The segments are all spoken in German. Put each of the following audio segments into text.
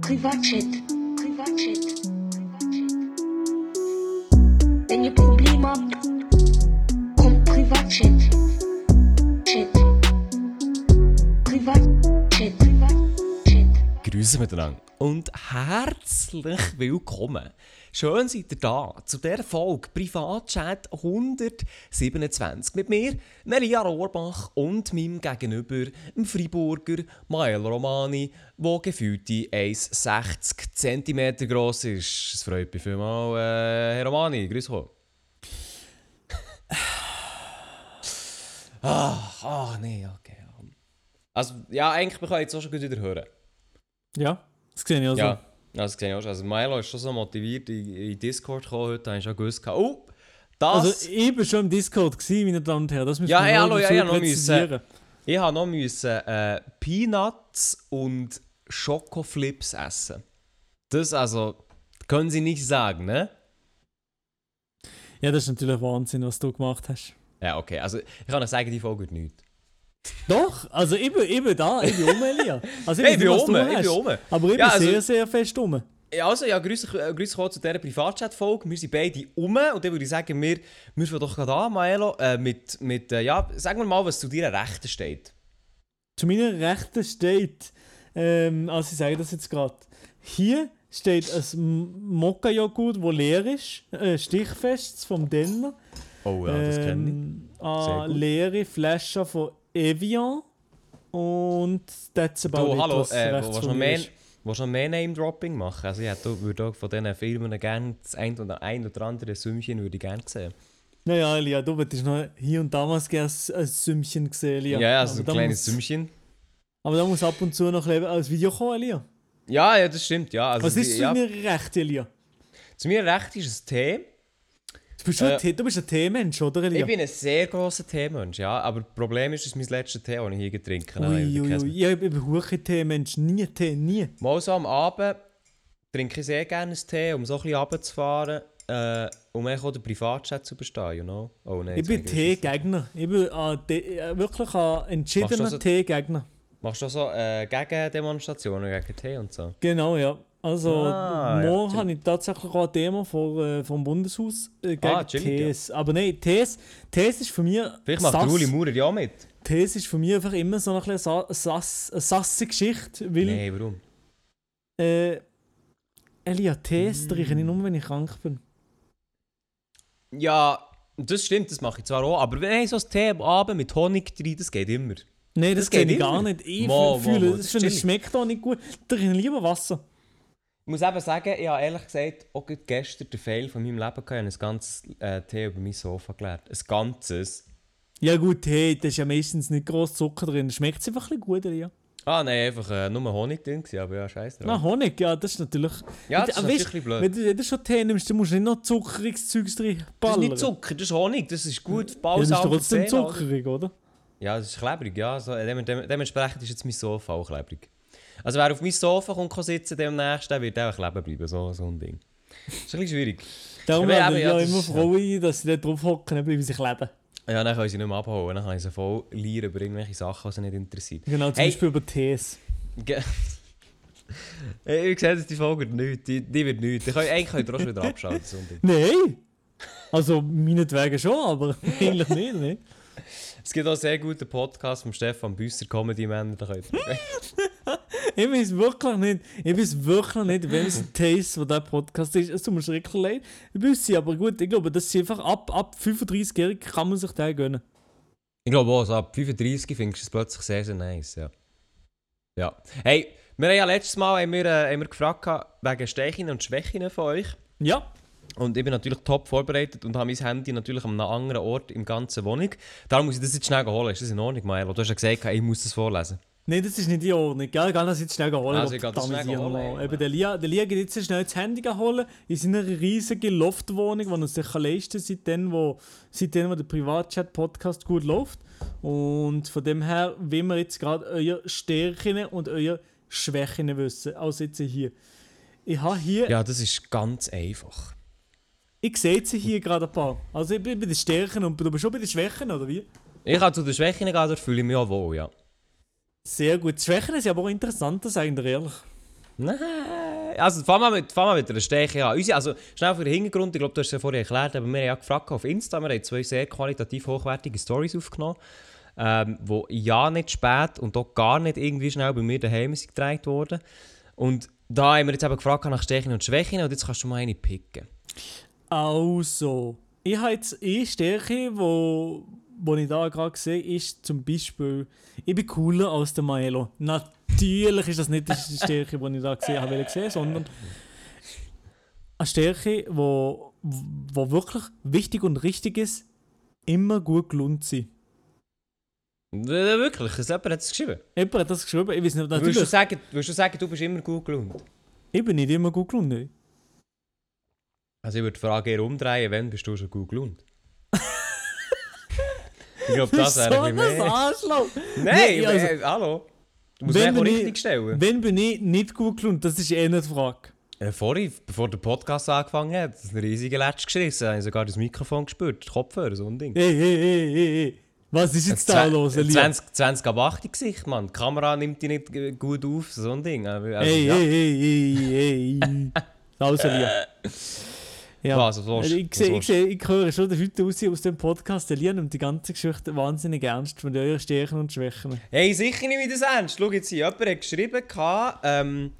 Privatchat. Privatchat. Wenn ihr Probleme habt, kommt Privatchat. Chat. Privatchat. Privatchat. Grüße miteinander und herzlich willkommen. Schön seid ihr da zu der Folge Privatchat 127 mit mir, Nelia Rohrbach und meinem Gegenüber, dem Freiburger Mael Romani, der gefühlte 1,60 cm gross ist. Es freut mich vielmals, äh, Herr Romani, grüß euch. Ah, ah, nee, okay. Also, ja, eigentlich, wir können jetzt auch schon gut wieder hören. Ja, das sehe ich auch Ja, ja, das sehe ich auch schon. Also Milo ist schon so motiviert in, in Discord gekommen heute, da habe ich schon gewusst, gehabt, oh, das... Also, ich war schon im Discord, gewesen, meine Damen und Herren. Das müssen Ja, wir hey, noch hallo, ja, so ja, noch äh, präzisieren. ich habe noch müssen, äh, Peanuts und Schokoflips essen. Das also, können Sie nicht sagen, ne? Ja, das ist natürlich Wahnsinn, was du gemacht hast. Ja, okay, also ich kann euch sagen, die Folge wird nichts. Doch, also ich bin, ich bin da, ich bin um, Elia. Also, Hey, ich weiß nicht, bin was du oben, ich hast, bin oben. Aber ich Ja, bin also- sehr, sehr fest um. Ja, also, ja, grüß, äh, grüß Gott zu dieser Privatchat-Folge. Wir sind beide um und dann würde ich sagen, wir müssen doch gerade an, Maelo, äh, mit, mit äh, ja, sagen wir mal, was zu deiner Rechten steht. Zu meiner Rechten steht, ähm, also ich sage das jetzt gerade, hier steht ein M- Mokka-Joghurt, der leer ist, äh, stichfest vom Denner. Oh ähm, Sehr Eine gut. leere Flasche von Evian und that's about Du, it, hallo, was äh, rechts willst du von noch mir mehr, ist. willst du noch mehr Name-Dropping machen? Also ich hätte, würde auch von diesen Filmen gerne das ein oder, ein oder andere Sümmchen würde ich gerne sehen. Naja, Elia, du hättest noch hier und da mal gerne ein ein Sümmchen gesehen, Elia. Ja, ja, also Aber ein da kleines muss, Sümmchen. Aber da muss ab und zu noch leben als Video kommen, Elia. Ja, ja, das stimmt, ja. Also, Was ist die- zu ja, mir recht, Elia? zu mir recht ist ein Tee. Du bist, schon Äh, ein Tee- du bist ein Teemensch, oder, Elia? Ich bin ein sehr grosser Teemensch, ja. Aber das Problem ist, es ist mein letzter Tee, den ich hier getrunken habe. Ich Ui, habe ui, keinen- ui. Ja, ich bin ein hoher Teemensch. Nie Tee, nie. Mal so am Abend trinke ich sehr gerne einen Tee, um so ein bisschen runterzufahren. Äh, um eigentlich auch den Privatchat zu überstehen, you know? Oh nein, Ich jetzt bin habe ich- Teegegner. Ich bin äh, Tee- äh, wirklich ein Machst du entschiedener so- Teegegner. Machst du auch so äh, Gegendemonstrationen gegen Tee und so? Genau, ja. Also, Ah, ja, morgen chill. habe ich tatsächlich auch ein Thema vor, äh, vom Bundeshaus äh, gegen Ah, chillig, ja. Tees. Aber nein, Tees, Tees ist für mich. Vielleicht macht sass. Ruli Maurer ja auch mit. Tees ist für mich einfach immer so ein bisschen sa sass, eine sasse Geschichte, weil. Nein, warum? Äh, Elia, Mm. Tees trinke ich nur, wenn ich krank bin. Ja, das stimmt, das mache ich zwar auch, aber wenn ich so ein Tee am Abend mit Honig drin, das geht immer. Nein, das, Das geht geht ich gar immer. nicht. Ich Mo, mo, fühle, mo, das das finde ich stimmt. schmeckt auch nicht gut. Trinke ich lieber Wasser. Ich muss eben sagen, ich habe ehrlich gesagt auch gerade gestern den Fail von meinem Leben gehabt. Ich habe ein ganzes äh, Tee über mein Sofa geleert. Ein ganzes. Ja, gut, Tee, da ist ja meistens nicht groß Zucker drin. Schmeckt es einfach ein bisschen gut, Elia. Ah nein, einfach äh, nur Honig drin, gewesen, aber ja, scheiße Na, drauf. Honig, ja, das ist natürlich. Ja, das ist Aber natürlich weisst, ein bisschen blöd. Wenn du, wenn du schon Tee nimmst, dann musst du nicht noch zuckeriges Zeug drin Das ist ballern. nicht Zucker, das ist Honig, das ist gut. Ja, das ist balsam für trotzdem die Seele, oder? zuckerig, oder? Ja, das ist klebrig, ja. So, dem, dem, dementsprechend ist jetzt mein Sofa auch klebrig. Also wer auf mein Sofa kommt kann sitzen demnächst, der wird auch kleben bleiben, so, so ein Ding. Das ist ein bisschen schwierig. Darum Ja, aber werden ja, ja, das immer ist- froh sein, dass sie da drauf hocken, dann bleiben sie kleben. Ja, dann können sie nicht mehr abholen. Dann kann ich sie voll lieren über irgendwelche Sachen, die sie nicht interessiert. Genau, zum Hey. Beispiel über Tees. Ge- Ey, ich sehe, dass die Folge wird nichts. Die, die wird nichts. Die können, eigentlich könnt ihr auch schon wieder abschalten. so ein Ding. Nein! Also, meinetwegen schon, aber eigentlich nicht, ne? Es gibt auch einen sehr guten Podcast von Stefan Büsser, Comedy Man. Da könnt ihr- Ich weiß wirklich nicht, ich weiß wirklich nicht, welches Taste von diesem Podcast ist. Es tut mir schrecklich leid. Ich weiß sie, aber gut, ich glaube, das ist einfach ab, ab 35-jährig kann man sich den gönnen. ich glaube auch, so ab 35 findest du es plötzlich sehr, sehr nice. Ja. ja. Hey, wir haben ja letztes Mal haben wir, äh, haben wir gefragt gehabt, wegen Stärken und Schwächen von euch. Ja, Und ich bin natürlich top vorbereitet und habe mein Handy natürlich an einem anderen Ort im ganzen Wohnung. Darum muss ich das jetzt schnell holen. Ist das in Ordnung, Maelo? Du hast ja gesagt, ich muss das vorlesen. Nein, das ist nicht in Ordnung, gell? Ich kann das jetzt schnell holen. Also, ich gehe das verdammt, schnell die holen, Nummer. ey, Eben, der Lia, der Lia geht jetzt schnell das Handy holen in seiner riesigen Loftwohnung, die er sich kann leisten kann, seitdem, wo, seitdem wo der Privatchat-Podcast gut läuft. Und von dem her wollen wir jetzt gerade eure Stärken und eure Schwächen wissen. Also jetzt hier. Ich habe hier, Ja, das ist ganz einfach. ich sehe jetzt hier gerade ein paar. Also ich bin bei den Stärken und du bist schon bei den Schwächen, oder wie? Ich kann zu den Schwächen gehen, da fühle ich mich auch wohl, ja. Sehr gut. Die Schwächen sind aber auch interessant, das sagt ihr ehrlich. Nein. Also, fangen wir mit, fangen wir mit einer Stärke an. Unsere, also, schnell für den Hintergrund, ich glaube, du hast es ja vorher erklärt, aber wir haben ja gefragt auf Insta, wir haben zwei sehr qualitativ hochwertige Stories aufgenommen, ähm, wo ja nicht spät und auch gar nicht irgendwie schnell bei mir daheim sind getragen worden. Und da haben wir jetzt eben gefragt nach Stärken und Schwächen und jetzt kannst du mal eine picken. Also, ich habe jetzt eine Stärke, wo, wo ich da gerade sehe, ist zum Beispiel, ich bin cooler als der Maelo. Natürlich ist das nicht die Stärke, die ich da gesehen habe, wollte sehen, sondern eine Stärke, wo, wo wirklich wichtig und richtig ist, immer gut gelohnt sein. W- Wirklich, das jemand hat es geschrieben. Jemand hat das geschrieben, ich weiß nicht, Würdest du, natürlich, sagen, würdest du sagen, du bist immer gut gelaunt? ich bin nicht immer gut gelohnt. nein. Also ich würde die Frage eher umdrehen, wann bist du schon gut gelaunt? ich glaube, das so wäre ein ein bisschen mehr. Arschloch! Nein, also- äh, hallo. Du musst Wenn mich auch bin ich- richtig stellen. Wenn bin ich nicht gut gelohnt? Das ist eh nicht die Frage. Äh, vorhin, bevor der Podcast angefangen hat, hat es einen riesigen Letsch geschissen. habe ich sogar das Mikrofon gespürt, die Kopfhörer, so ein Ding. Hey, hey, hey, hey, hey. Was ist jetzt da Zwe- los, äh, Elia? 20, 20 ab 8 Gesicht, Mann. Die Kamera nimmt die nicht äh, gut auf, so ein Ding. Also, Hey, ja. Äh. hey, hey, hey, hey. Raus, Elia. Ja. Äh, Also, Was, was willst du? ich, Was sehe, ich, willst sehe, ich höre schon die Leute raus aus dem Podcast, Elia nimmt die ganze Geschichte wahnsinnig ernst von euren Stärken und Schwächen. Hey, sicher nicht wieder das ernst. Schau jetzt hier, jemand hat geschrieben, gehabt, ähm,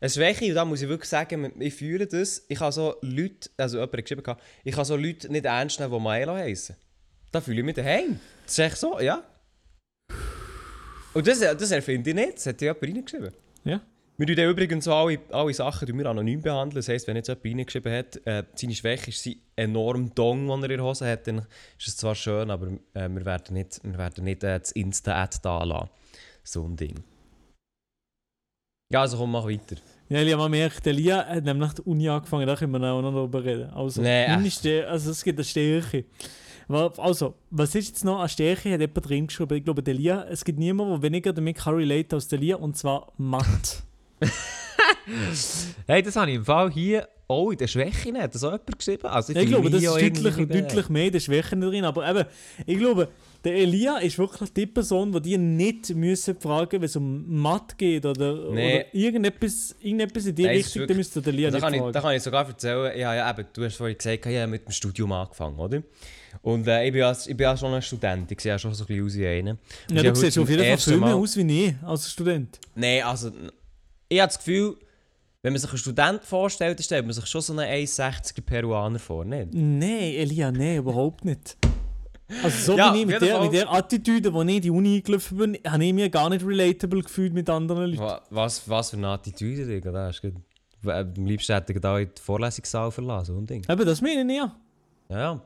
eine Schwäche, und da muss ich wirklich sagen, ich führe das, ich habe so Leute, also jemand hat geschrieben, gehabt, ich habe so Leute nicht ernst nehmen, die Milo heissen. Da fühle ich mich daheim. Das ist echt so, ja. Und das, das erfinde ich nicht, das hat ja jemand reingeschrieben. Ja? Wir tun dann übrigens auch alle, alle Sachen die wir anonym behandeln. Das heisst, wenn jetzt jemand reingeschrieben hat, äh, seine Schwäche ist sein enorm Dong, den er in der Hose hat, dann ist es zwar schön, aber äh, wir werden nicht, wir werden nicht äh, das Insta-Ad da lassen. So ein Ding. Ja, also komm, mach weiter. Ja, Elia, man merkt, Elia hat nämlich nach der Uni angefangen, da können wir dann auch noch drüber reden. Also, Nee, meine ach. Stär also es gibt eine Stärke. Wa- Also, was ist jetzt noch eine Stärke, hat jemand drin geschrieben. Ich glaube, der Elia, es gibt niemanden, der weniger damit kann relate als der Elia, und zwar Matt. Hey, das habe ich im Fall hier auch in der Schwäche nicht. Das hat jemand geschrieben. Also, Ja, ich fühle glaube, das mich ist hier auch deutlich, irgendwie deutlich mehr der Schwächen drin. Aber eben, ich glaube, der Elia ist wirklich die Person, die die nicht müssen fragen wenn es um Matt geht oder, Nee. oder irgendetwas, irgendetwas in die Nein, es ist Richtung, dann wirklich- müsste der Elia da nicht kann, ich, fragen. da kann ich sogar erzählen, ja, ja, eben, du hast vorhin gesagt, ich habe mit dem Studium angefangen, oder? Und äh, ich, bin ja, ich bin ja schon ein Student, ich sehe ja schon so ein bisschen aus wie einer. Und ich ja, habe heute du siehst auf zum jeden Fall ersten viel Mal- mehr aus wie ich als Student. Nein, also, ich habe das Gefühl, wenn man sich einen Student vorstellt, dann stellt man sich schon so einen 1,60er Peruaner vor, nicht? Nein, Elia, nein, überhaupt nicht. Also so Ja, bin ich auf mit jeden der, Fall. mit der Attitüde, wo ich in die Uni eingelaufen bin, habe ich mich gar nicht relatable gefühlt mit anderen Leuten. Wa- Was, was für eine Attitüde, Digga, da hast du gut- w- äh, am liebsten hätte ich da in die Vorlesungssaal verlassen, so ein Ding. Eben, das meine ich ja. Ja, ja.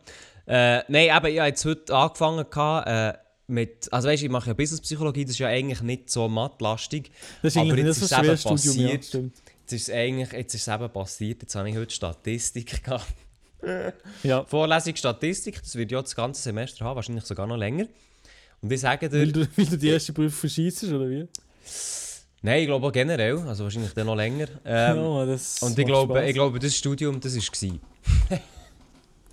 Äh, nein, aber ich habe jetzt heute angefangen gehabt, äh, mit, also weißt du, ich mache ja Businesspsychologie, das ist ja eigentlich nicht so mathlastig. Das ist Aber eigentlich nicht jetzt so ist schwer eben Studium. Ja, passiert. stimmt. Jetzt ist es eigentlich, jetzt ist es eben passiert, jetzt habe ich heute Statistik gehabt. ja. Vorlesung Statistik, das wird ja das ganze Semester haben, wahrscheinlich sogar noch länger. Und ich sage dir, Weil, du, weil du die erste Prüfung verschießt, oder Ähm, wie? nein, ich glaube auch generell, also wahrscheinlich dann noch länger. Ähm, ja, Mann, das und ich macht glaube, Spaß. ich glaube, das Studium, das war es.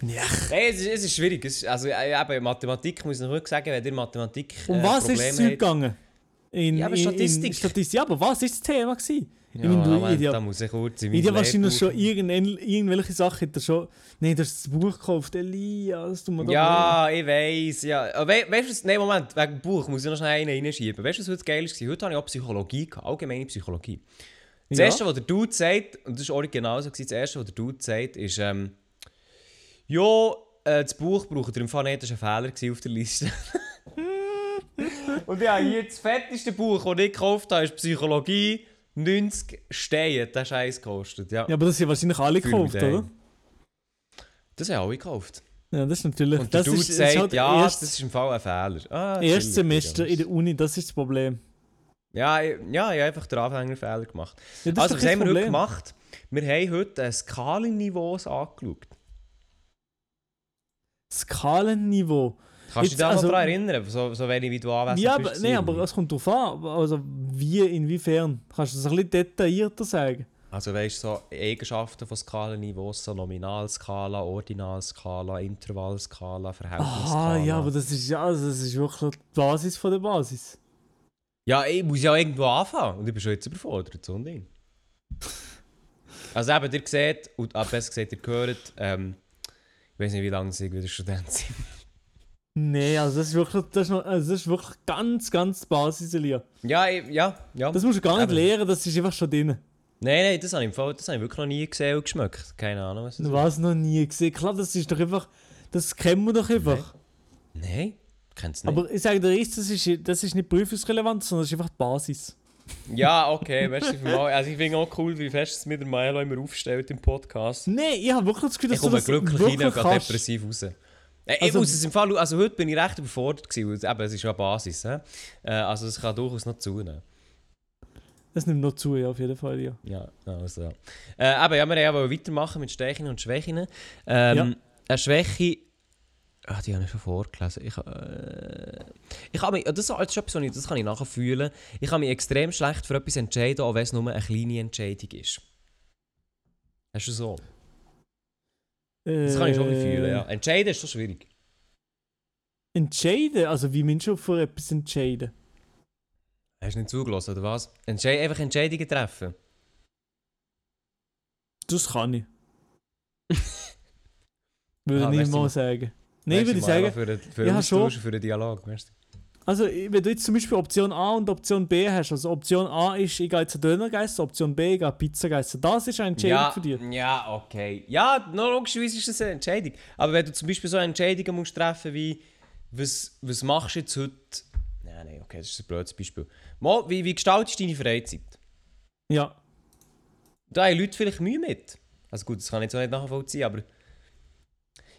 Ja. Hey, es, ist, es ist schwierig. Es ist, also, äh, eben, Mathematik muss ich noch wirklich sagen, wenn ihr Mathematik. Äh, Um was ist Probleme es heute habt- gegangen? In, Ja, aber In, in Statistik. Statistik. Ja, aber was war das Thema? Gewesen? ich Ja, meine, du, Moment, ich da habe muss ich kurz in ich meinem hab wahrscheinlich Lehrbuch- schon irgendein, irgendwelche Sachen. Hat er schon, nein, du hast das Buch gekauft. Elias, du mir Ja, ich weiss. Ja. Aber We weißt du, was- nein, Moment, wegen dem Buch muss ich noch schnell einen reinschieben. Weißt du, was heute geil war? Heute hatte ich auch Psychologie, gehabt, allgemeine Psychologie. Das Ja. erste, was der Dude sagt, und das war original so, gewesen, das erste, was der Dude sagt, ist, ähm, ja, äh, das Buch braucht ihr im Fall nicht, das war ein Fehler gewesen auf der Liste. und ja, hier das fetteste Buch, das ich gekauft habe, ist Psychologie 90 Steine. Das hat Scheiß gekostet. Ja. Ja, aber das haben wahrscheinlich alle Fühl gekauft, mich daheim. oder? Das haben alle gekauft. Ja, das ist natürlich. Und der das Dude ist, das sagt, ist halt ja, erst, das ist im Fall ein Fehler. Ah, Erstsemester in chillig, der Uni, das ist das Problem. Ja, ich- ja, ich habe einfach den Anfängerfehler gemacht. Ja, das Also, was ist doch haben kein wir heute Problem. gemacht? Wir haben heute äh, Skalenniveaus angeschaut. Skalenniveau. Kannst du dich Jetzt, da also- noch daran erinnern, so, so wenig wie du anwesend Ja, bist? aber, nee, aber Simon? es kommt drauf an. Also, wie, inwiefern? Kannst du das ein bisschen detaillierter sagen? Also weißt du, so Eigenschaften von Skalenniveaus, so Nominalskala, Ordinalskala, Intervallskala, Verhältnisskala. Aha, Ah, ja, aber das ist ja, also das ist wirklich die Basis von der Basis. Ja, ich muss ja irgendwo anfangen und ich bin schon jetzt überfordert, so ein Ding. Also eben, ihr seht, und ab besser gesagt, ihr hört, ähm, ich weiß nicht, wie lange sie wieder Student sind. Nee, also das ist wirklich, das ist, noch, also das ist wirklich ganz, ganz die Basis, Elia. Ja, ich, ja, ja. Das musst du gar nicht Eben. lehren, das ist einfach schon drin. Nein, nein, das habe ich, im Fall- das habe ich wirklich noch nie gesehen und geschmeckt. Keine Ahnung, was das ist. Was noch nie gesehen. Klar, das ist doch einfach, das kennen wir doch einfach. Nein, kennst du nicht. Aber ich sage dir eins, das ist, das ist nicht prüfungsrelevant, sondern das ist einfach die Basis. Ja, okay, merci für mal. Also ich finde auch cool, wie fest es mir der Milo immer aufstellt im Podcast. Nein, ich habe wirklich das Gefühl, dass Ich komme du das glücklich wirklich rein und gehe kannst. depressiv raus. Äh, ich Also- muss es im Fall, also heute bin ich recht überfordert gewesen, weil eben, es ist ja Basis, hä? Äh, also es kann durchaus noch zunehmen. Das nimmt noch zu, ja, auf jeden Fall, ja. Ja, also ja. Äh, aber ja, wir wollen aber weitermachen mit Stärken und Schwächen. Ähm, Ja. Eine Schwäche... Ah, die habe ich schon vorgelesen. Ich, äh, ich habe mich, das ist jetzt schon etwas, was ich- das kann ich nachfühlen. Ich habe mich extrem schlecht für etwas entschieden, auch wenn es nur eine kleine Entscheidung ist. Hast du so? Das kann ich Äh, schon ein bisschen fühlen, ja. Entscheiden ist schon schwierig. Entscheiden? Also wie Menschen auf für etwas entscheiden? Hast du nicht zugelassen, oder was? Entsche einfach Entscheidungen treffen. Das kann ich. würde Ah, ich merci mal mal. sagen. Nein, Merci, würde ich Maela, sagen, Für den, für ich den habe schon- Austausch und für den Dialog. Merci. also ich- wenn du jetzt zum Beispiel Option A und Option B hast, also Option A ist, ich gehe jetzt einen Döner essen, Option B, ich gehe Pizza essen, das ist eine Entscheidung ja, für dich. Ja, okay. Ja, no- logischerweise ist das eine Entscheidung. Aber wenn du zum Beispiel so Entscheidungen musst treffen wie, was, was machst du jetzt heute? Nein, nein, okay, das ist ein blödes Beispiel. Mal, wie, wie gestaltest du deine Freizeit? Ja. Da haben Leute vielleicht Mühe mit. Also gut, das kann ich jetzt auch nicht nachvollziehen, aber...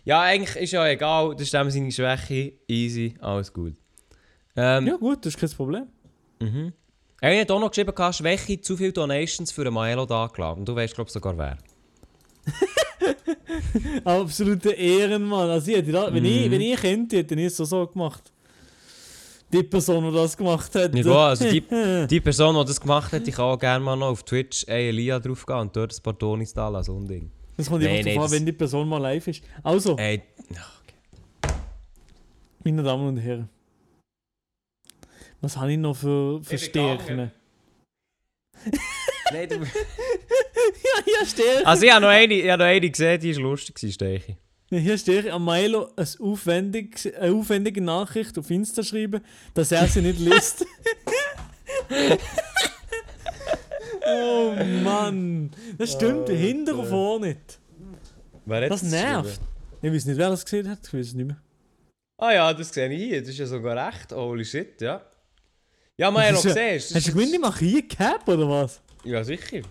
Ja, eigentlich ist ja egal, das ist eben seine Schwäche. Easy, alles gut. Ähm, ja gut, das ist kein Problem. mhm. Er hat auch noch geschrieben, gehabt, Schwäche, zu viele Donations für einen Maelo da geladen. Und du weißt, glaube ich, sogar wer. Absoluter Ehrenmann. Also ich hätte da, wenn, ich, wenn ich könnte, hätte ich es so, so gemacht. Die Person, die das gemacht hat. Nicht wahr? Also die, die Person, die das gemacht hat, ich kann auch gerne mal noch auf Twitch «Ey, Elia drauf gehen und dort ein paar Tonis da lassen, so ein Ding. Das kommt Nee, einfach nee, davon, an, das- wenn die Person mal live ist. Also, Ey, ach, okay. meine Damen und Herren. Was habe ich noch für, für Ich bin gegangen. Stärken? Nein, du... Ja, hier Stärken. Also ich habe noch eine, ich habe noch eine gesehen, die war lustig, gewesen, Stechi. Ja, hier Stärken. An Milo eine aufwendige, eine aufwendige Nachricht auf Insta schreiben, dass er sie nicht liest. oh Mann. Das stimmt hinter und vor nicht. Wer hat Das nervt. Ich weiß nicht, wer das gesehen hat. Ich weiß es nicht mehr. geschrieben? Ah ja, das sehe ich hier. Das ist ja sogar recht. Holy shit, ja. Ja, man, Das noch ist ja- gesehen. Hast du gewinnt im Archiv gehabt, oder was? Ja, sicher.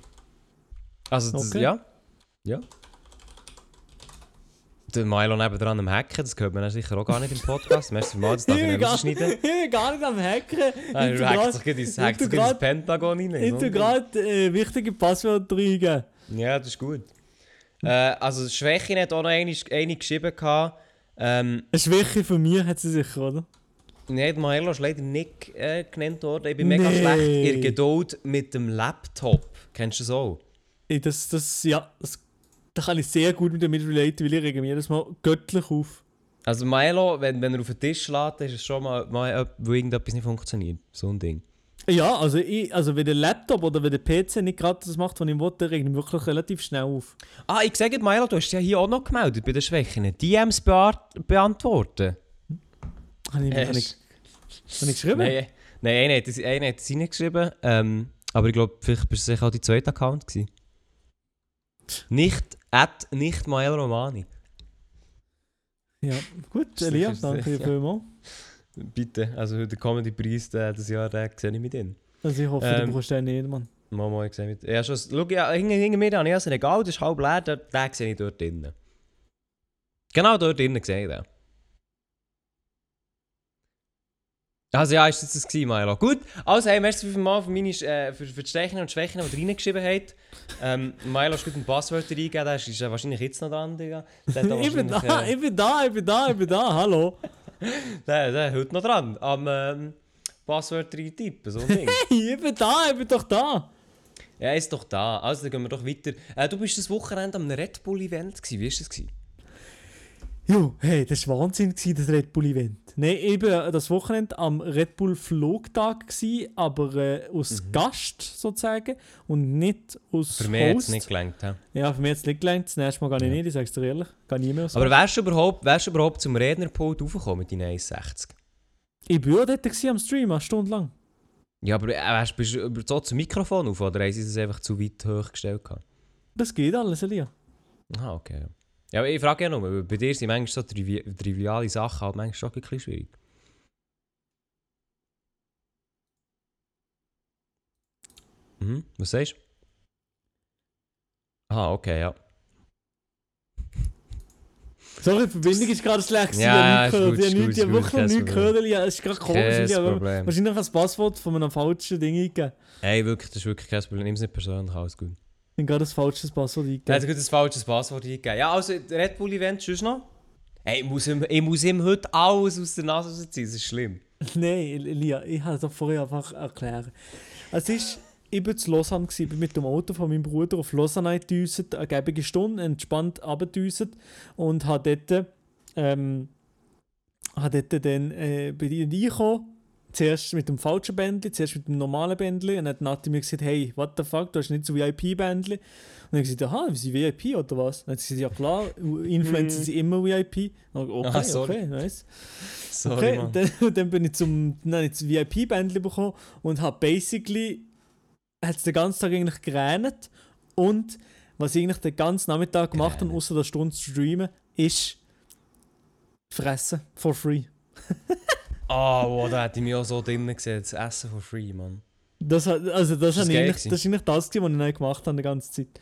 Also, das, Okay. ja. Ja. Der Milo nebendran am Hacken, das hört man dann sicher auch gar nicht im Podcast. Merci mal, das darf ich Ich bin nicht gar- rausschneiden. ich bin gar nicht am Hacken. Ah, Ich tu du hackst grad- doch gerade ins- ich hackst tu doch gerade ins grad- Pentagon rein. Ich tu sondern- gerade äh, wichtige Passwörter reingeben. Ja, das ist gut. Äh, also Schwäche hat auch noch eine, eine geschrieben. Gehabt. Ähm, Eine Schwäche von mir hat sie sicher, oder? nein, Maelo ist leider nicht äh, genannt worden. Ich bin mega Nee. schlecht in der Geduld mit dem Laptop. Kennst du das auch? Ey, Das, das, ja, das, da kann ich sehr gut mit damit relaten, weil ich rege mich jedes Mal göttlich auf. Also Maelo, wenn, wenn er auf den Tisch schlägt, ist es schon mal, mal ob- wo irgendetwas nicht funktioniert. So ein Ding. Ja, also, ich, also wenn der Laptop oder wenn der PC nicht gerade das macht, was ich will, dann rege ich mich wirklich relativ schnell auf. Ah, ich sage Maelo, du hast dich ja hier auch noch gemeldet bei den Schwächen. DMs beant beantworten. Habe ich, Hast- habe ich, habe ich geschrieben? Nein, nein, einer hat es- einer hat es reingeschrieben. Ähm, aber ich glaube, vielleicht war es sicher auch dein zweiter Account. Gewesen. Nicht, at, nicht Mael Romani. Ja, gut, Sicher, Elia, sicher. danke dir vielmals. Bitte, also der Comedy-Preis äh, dieses Jahr, den sehe ich mit ihm. Also ich hoffe, Ähm. du brauchst einen nicht, Mann. Mal, mal, ich sehe mit ja, schon, schau, ja, hinter, hinter mir habe ich also ein Regal, das ist halb leer, den, den sehe ich dort drinnen. Genau dort drinnen sehe ich den. Also ja, ist das das gewesen, Milo. Gut, also hey, merci vielmals für, meine, äh, für, für die Stechen und Schwächen, die ihr reingeschrieben habt. Ähm, Milo, hast du gut ein Passwort eingegeben, der ist, ist ja wahrscheinlich jetzt noch dran, Digga. Der hat da Ich bin wahrscheinlich, da, äh, ich bin da, ich bin da, ich bin da, hallo. der, der ist heute noch dran, am ähm, Passwort reintippen, so ein Ding. Ich bin da, ich bin doch da. Ja, ist doch da. Also, dann gehen wir doch weiter. Äh, du bist das Wochenende am Red Bull Event. Gewesen. Wie war das? Gewesen? Jo, hey, das war Wahnsinn, gewesen, das Red Bull Event. Nein, eben äh, das Wochenende am Red Bull Flugtag, gewesen, aber äh, aus Gast sozusagen und nicht aus Mhm. Für mich hat es Host. nicht gelangt. hä? Ja, für mich hat es nicht gelangt. Das nächste Mal gar ich nicht, ich sag's dir ehrlich. Gar nie mehr. So. Aber wärst du überhaupt, wärst du überhaupt zum Rednerpult raufgekommen mit deinen 1,60? ich war auch dort gewesen am Stream, eine Stunde lang. Ja, aber äh, wärst, bist du über so zum Mikrofon auf oder haben sie es einfach zu weit hochgestellt? gehabt? Das geht alles, Elia. Ah, okay. ja. Ja, aber ich frage ja nur, weil bei dir sind manchmal so trivi triviale Sachen halt manchmal schon ein bisschen schwierig. Mhm, was sagst du? Ah, okay, ja. Sorry, die Verbindung ist gerade schlecht. gewesen, Ja, ich ja, habe ist gut, nichts gehört. ist Ich habe gut, wirklich kein nichts Problem. gehört, Elia. Es ist gerade komisch. Kein Elia, aber Problem. Wahrscheinlich habe ich das Passwort von einem falschen Ding eingegeben. Hey, wirklich, das ist wirklich kein Problem. Nimm es nicht persönlich, alles gut. Ich habe gerade das falsche Passwort eingegeben. Der hat gut ein falsches Passwort eingegeben. Ja, also, der Red Bull Event, tschüss noch. Hey, ich muss, ihm, ich muss ihm heute alles aus der Nase rausziehen, das ist schlimm. Nein, Elia, ich habe es doch vorher einfach erklären. Es ist, ich war zu Lausanne, gewesen, bin mit dem Auto von meinem Bruder auf Lausanne gedüset, eine gebige Stunde, entspannt runtergedüset und habe dort, ähm, habe dort dann äh, bei ihnen reingekommen. Zuerst mit dem falschen Bändchen, zuerst mit dem normalen Bändchen. Und dann hat Nati mir gesagt, hey, what the fuck, du hast nicht so VIP-Bändchen. Und dann habe ich gesagt, aha, wir sind VIP oder was? Und dann hat sie gesagt, ja klar, Influencer sind immer VIP. Und ich, Okay, Ah, sorry. okay, nice. Sorry, Okay, Mann. und dann, und dann bin ich zum, dann habe ich das VIP-Bändchen bekommen und habe basically hat's den ganzen Tag eigentlich gerannt und was ich eigentlich den ganzen Nachmittag gemacht habe, Gerannt. außer der Stunde zu streamen, ist fressen, for free. Ah, wow, da hätte ich mich auch so drinnen gesehen. Das Essen for free, Mann. Das, hat- also das, Ist das habe ich geil eigentlich, gewesen? das ist eigentlich das, gewesen, was ich nicht gemacht habe die ganze Zeit.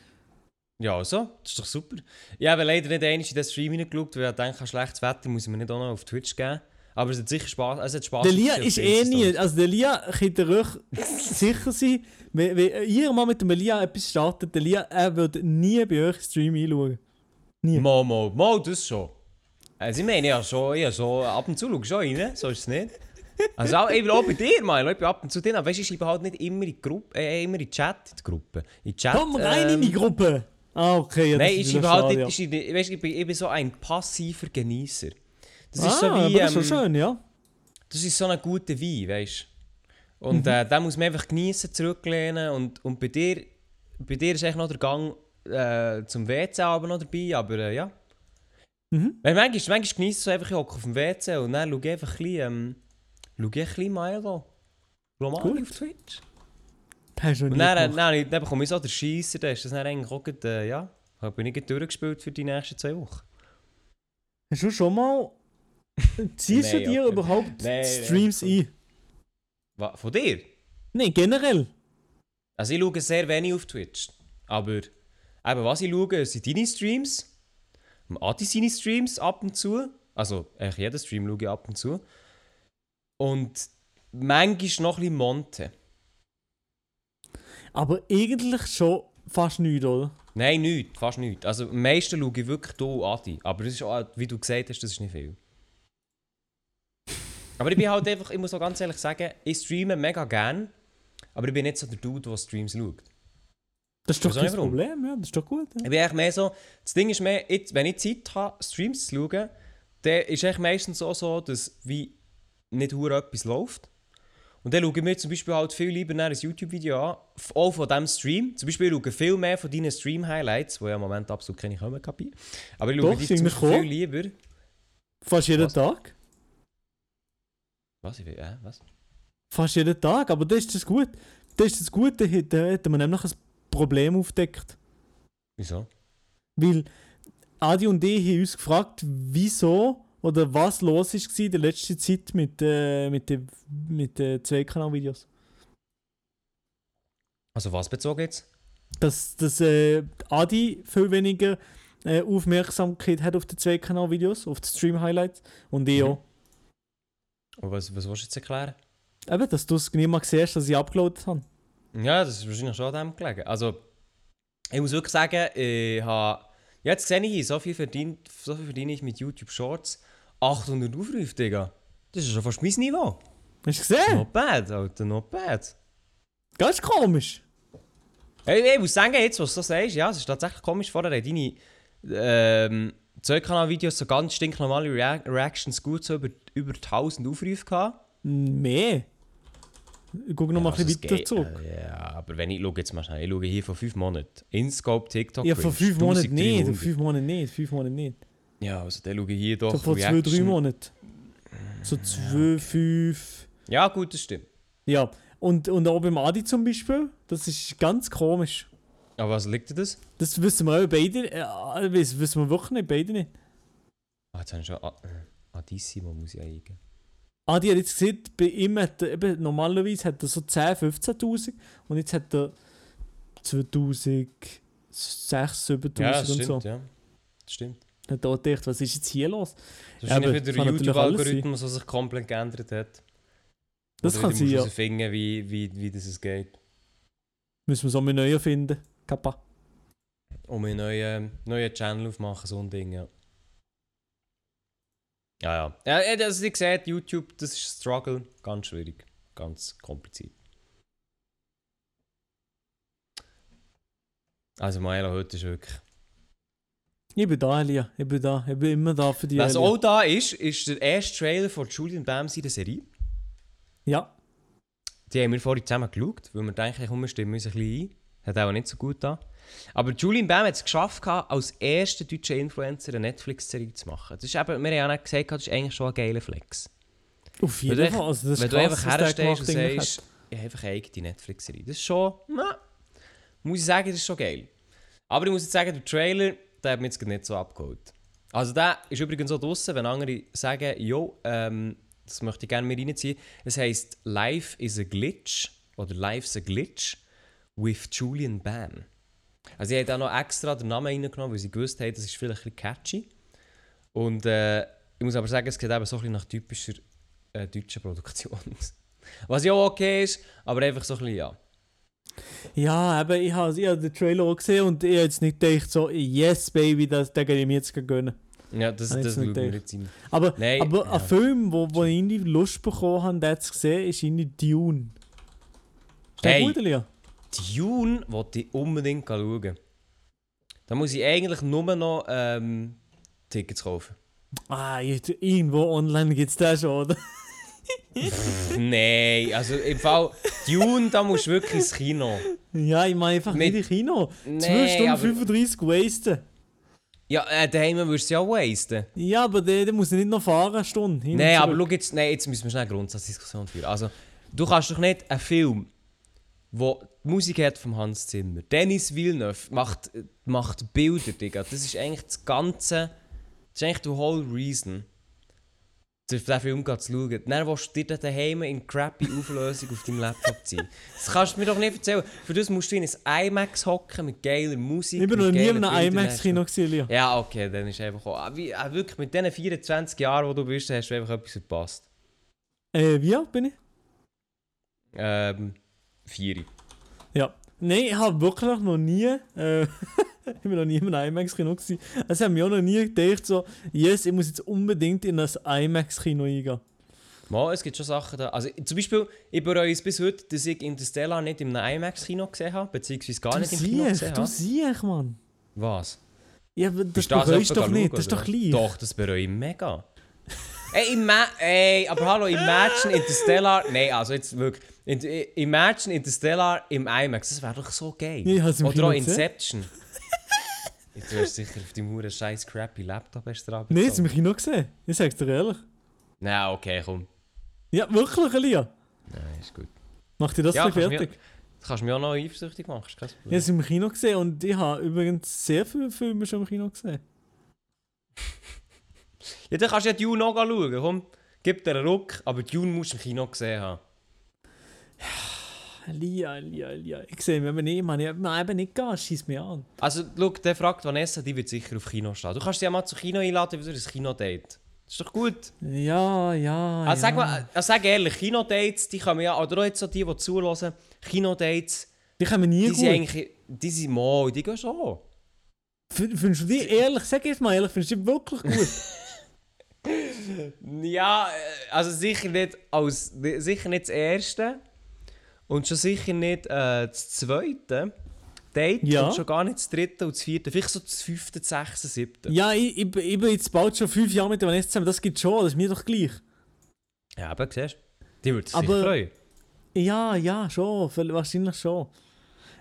Ja, also, das ist doch super. Ich habe leider nicht einmal in den Stream hineingeschaut, weil ich denke, schlechtes Wetter muss ich mir nicht auch noch auf Twitch geben. Aber es hat sicher Spaß. Es hat Spaß. der Lia ist eh nie, also der Lia könnt ihr euch sicher sein, wenn, wenn ihr mal mit dem Lia etwas startet, der Lia, er wird nie bei euch Stream einschauen. Mo, mo, mo, das schon. Also, ich meine, ja, schon, ja, schon ab und zu schaue ich schon rein, so ist es nicht. Also, auch, ich bin auch bei dir, Mann. Ich bin ab und zu drin. Aber weißt du, ich schreibe halt nicht immer in die Gruppe, äh, immer in die Chat, in die Gruppe. In die Chat, Komm rein in die ähm, Gruppe! Ah, okay, ja, das Nein, ist ich schreibe wieder halt schade, nicht, ja. ich, schreibe, nicht- weißt, du, ich, bin, ich bin so ein passiver Genießer. Das ist ah, so wie. aber das ist schon ähm, schön, ja. Das ist so ein guter Wein, weißt du? Und Mhm. äh, den muss man einfach genießen, zurücklehnen. Und, und bei, dir, bei dir ist eigentlich noch der Gang äh, zum WC aber noch dabei, aber äh, ja. Mhm. Weil manchmal, manchmal genießt du so einfach, ich hocke auf dem WC und dann schaue ich einfach ein bisschen, ähm, schaue ich ein bisschen Milo. Roman Gut. auf Twitch. Das ist noch nie Und dann, äh, dann, gemacht. dann, dann bekomme ich so den Scheisser, dann ist das dann eigentlich auch gerade, äh, ja, bin ich gerade durchgespielt für die nächsten zwei Wochen. Hast du schon mal... Ziehst du Nein, dir okay. überhaupt Nein, Streams nein, ein? Wa- Von dir? Nein, generell. Also ich schaue sehr wenig auf Twitch. Aber eben, was ich schaue, sind deine Streams. am Adi seine Streams ab und zu. Also eigentlich jeden Stream schaue ich ab und zu. Und manchmal noch ein bisschen Monte. Aber eigentlich schon fast nichts, oder? Nein, nichts, fast nichts. Also am meisten schaue ich wirklich du Adi. Aber das ist, auch- wie du gesagt hast, das ist nicht viel. Aber ich bin halt einfach, ich muss auch ganz ehrlich sagen, ich streame mega gern. Aber ich bin nicht so der Dude, der Streams schaut. Das ist doch Weiß auch nicht kein warum. Äh, Problem, ja, das ist doch gut. Ich Ja. bin eigentlich mehr so, das Ding ist mehr, jetzt, wenn ich Zeit habe, Streams zu schauen, dann ist eigentlich meistens auch so, dass wie nicht hure etwas läuft. Und dann schaue ich mir zum Beispiel halt viel lieber nachher ein YouTube-Video an, f- auch von diesem Stream. Zum Beispiel schaue ich viel mehr von deinen Stream-Highlights, wo ja im Moment absolut keine kommen, Kapi. Aber ich schaue Doch, dich sind zum wir Beispiel viel gekommen? lieber... Fast jeden Was? Tag. Was? Ich will, äh, was? Fast jeden Tag, aber das ist das gut. Das ist das Gute, da- da hätten wir nämlich ein Problem aufdeckt. Wieso? Weil Adi und ich haben uns gefragt, wieso oder was los ist gewesen in der letzten Zeit mit, äh, mit den mit den zwei Kanalvideos. Also was bezogen jetzt? Dass, dass äh, Adi viel weniger äh, Aufmerksamkeit hat auf die zwei Kanalvideos, auf die Stream Highlights und ich Mhm. auch. Und was, was willst du jetzt erklären? Eben, dass du es nicht mal siehst, dass ich abgeladen habe. Ja, das ist wahrscheinlich schon an dem gelegen. Also, ich muss wirklich sagen, ich habe... Jetzt sehe ich, so viel, verdient, so viel verdiene ich mit YouTube Shorts. 800 Aufrufe, Digga. Das ist schon fast mein Niveau. Hast du gesehen? Not bad, Alter, not bad. Ganz komisch. Hey, ich muss sagen, jetzt, was du so sagst, ja, es ist tatsächlich komisch. Vorher haben deine, ähm, Zwei-Kanal-Videos, so ganz stinknormale Rea Reactions, gut so über, über 1000 Aufrufe gehabt. Mehr? Guck noch mal ein Also, es bisschen weiter geht- zurück. äh, Ja, aber wenn ich schaue jetzt mal schnell, ich schaue hier vor fünf Monaten. Inscope, TikTok, Ja, vor Cringe, fünf Monaten nicht, 1300. vor fünf Monaten nicht, fünf Monaten nicht. Ja, also dann schaue ich hier doch Doch vor zwei, drei Reaction. Monaten. Hm, So zwei, fünf. Ja, gut, das stimmt. Ja, und, und auch beim Adi zum Beispiel, das ist ganz komisch. Aber was liegt denn das? Das wissen wir auch beide, äh, das wissen wir wirklich nicht, beide nicht. Ah, jetzt haben wir schon A- äh, Adissimo, muss ich eingeben. Adi hat jetzt gesehen, bei ihm hat er, eben, normalerweise hat er so 10, 15.000 und jetzt hat er 2000, 6, 7.000 Ja, das und stimmt, so. ja. Das stimmt. Hat er auch gedacht, was ist jetzt hier Das los? ist Ja, aber wahrscheinlich wieder kann der natürlich YouTube-Algorithmus, der sich komplett geändert hat. Das Oder wieder kann sein, musst ja. herausfinden, wie, wie, wie das es geht. Müssen wir so mit neu erfinden. Kappa. Um einen neuen, neuen Channel aufmachen, so ein Ding, ja. Ja, ja. ja das, wie gesagt, YouTube, das ist ein Struggle. Ganz schwierig. Ganz kompliziert. Also, Maela, heute ist wirklich. Ich bin da, Elia. Ich bin da. Ich bin immer da für die Was Elia. auch da ist, ist der erste Trailer von Julian Bams in der Serie. Ja. Die haben wir vorhin zusammen geschaut, weil wir denken, komm, wir stimmen uns ein bisschen ein. Hat auch nicht so gut da. Aber Julian Bam hat es geschafft, gehabt, als erster deutscher Influencer eine Netflix-Serie zu machen. Das ist eben, wir haben ja auch gesagt, das ist eigentlich schon ein geiler Flex. Auf Wenn jeden du, Fall. Also das ist wenn du krass, einfach was der herstehst und gemacht hat. sagst, ich habe einfach eine eigene Netflix-Serie. Das ist schon, na, muss ich sagen, das ist schon geil. Aber ich muss jetzt sagen, der Trailer, der hat mich jetzt gerade nicht so abgeholt. Also der ist übrigens so draussen, wenn andere sagen, jo, ähm, das möchte ich gerne mir reinziehen. Es heisst «Life is a glitch» oder «Life's a glitch» with Julian Bam. Also ich habe da noch extra den Namen reingenommen, weil sie gewusst haben, das ist vielleicht ein bisschen catchy. Und äh, ich muss aber sagen, es geht eben so ein bisschen nach typischer äh, deutscher Produktion aus. Was ja auch okay ist, aber einfach so ein bisschen, ja. Ja, aber ich habe ich hab den Trailer auch gesehen und ich habe jetzt nicht gedacht, so, yes, Baby, das, den kann ich mir jetzt gönnen. Ja, das, Habe ich das jetzt schaut nicht mir gedacht. nicht sein. Aber, Nein, aber ja. ein Film, wo, wo ich irgendwie Lust bekommen habe, den zu sehen, ist irgendwie Dune. Ist der Hey. gut, Elia? Dune wollte ich unbedingt schauen. Da muss ich eigentlich nur noch ähm, Tickets kaufen. Ah, jetzt, irgendwo online gibt es den schon, oder? Nein, also im Fall Dune, da musst du wirklich ins Kino. Ja, ich meine einfach Mit- nicht in Kino. 12 Nein, Stunden aber- 35 wasten. Ja, äh, daheim würdest du ja auch wasten. Ja, aber der, der muss nicht noch fahren, eine Stunde. hin und Nein, zurück. aber schau jetzt, nein, jetzt müssen wir schnell eine Grundsatzdiskussion führen. Also, du kannst doch nicht einen Film, wo die Musik hat von Hans Zimmer, Dennis Villeneuve macht, macht Bilder, Digga. Das ist eigentlich das Ganze, das ist eigentlich the whole reason, den Film gerade zu schauen. Dann willst du dir dann daheim in crappy Auflösung auf deinem Laptop ziehen. Das kannst du mir doch nicht erzählen. Für das musst du in ein IMAX hocken mit geiler Musik. Ich bin noch mit nie geilen in einem Bildern. IMAX-Kino gesehen, Elia. Ja, okay, dann ist einfach auch, ah, wie, ah, wirklich mit diesen 24 Jahren, wo du bist, hast du einfach etwas verpasst. Äh, wie alt bin ich? Ähm, vier. Ja. Nein, ich habe wirklich noch nie. Äh, ich bin noch nie im IMAX-Kino gewesen. Also haben wir auch noch nie gedacht, so, yes, ich muss jetzt unbedingt in das IMAX-Kino eingehen. Mal, es gibt schon Sachen da. Also zum Beispiel, ich bereue es bis heute, dass ich Interstellar nicht im IMAX-Kino gesehen habe, beziehungsweise gar Du nicht im Kino siehst, gesehen du habe. siehst, Mann. Was? Ja, aber das Bist du bereust etwa du doch schauen, nicht, das ist oder doch was? gleich. Doch, das bereue ich mega. ey, ima ey, aber hallo, Imagine Interstellar... Nein, also jetzt wirklich. In Imagine Interstellar im IMAX, das wäre doch so geil. Ja, ich hab's im Oder Kino auch gesehen. Inception. jetzt wirst du sicher auf deinem Huren scheiß crappy Laptop erst dran. Nein, das habe ich noch gesehen. Ich sag's dir ehrlich. Nein, okay, komm. Ja, wirklich, Elia. Nein, ist gut. Mach dir das Ja, gleich kannst fertig. Mir, das kannst du mir auch noch eifersüchtig machen, ist kein Problem. Ich habe es im Kino gesehen und ich habe übrigens sehr viele Filme schon im Kino gesehen. Ja, dann kannst du ja Dune auch schauen, komm. Gib dir einen Ruck, aber Dune musst du im Kino gesehen haben. Elia, Elia, Elia. Ich sehe mich eben nicht, Mann. Ich habe mir eben nicht gehen, schieß mich an. Also, schau, der fragt Vanessa, die wird sicher auf Kino stehen. Du kannst sie ja mal zu Kino einladen, wie du ein Kino-Date. Das ist doch gut. Ja, ja. Also, ja. sag mal, also, sag ehrlich, Kino-Dates, die kann man ja, oder auch jetzt so die, die zuhören, Kino-Dates, Die kommen nie die sind gut. eigentlich, die sind mal, die gehen schon. F- Findest du die ehrlich? Sag jetzt mal ehrlich, findest du die wirklich gut? Ja, äh, also sicher nicht, als, sicher nicht das erste und schon sicher nicht äh, das zweite. Date Ja. und schon gar nicht das dritte und das vierte, vielleicht so das fünfte, das sechste, siebte. Ja, ich, ich, ich bin jetzt bald schon fünf Jahre mit der Vanessa zusammen, das gibt schon, das ist mir doch gleich. Ja, aber siehst du, die würde sich Aber- freuen. Ja, ja, schon, vel- wahrscheinlich schon.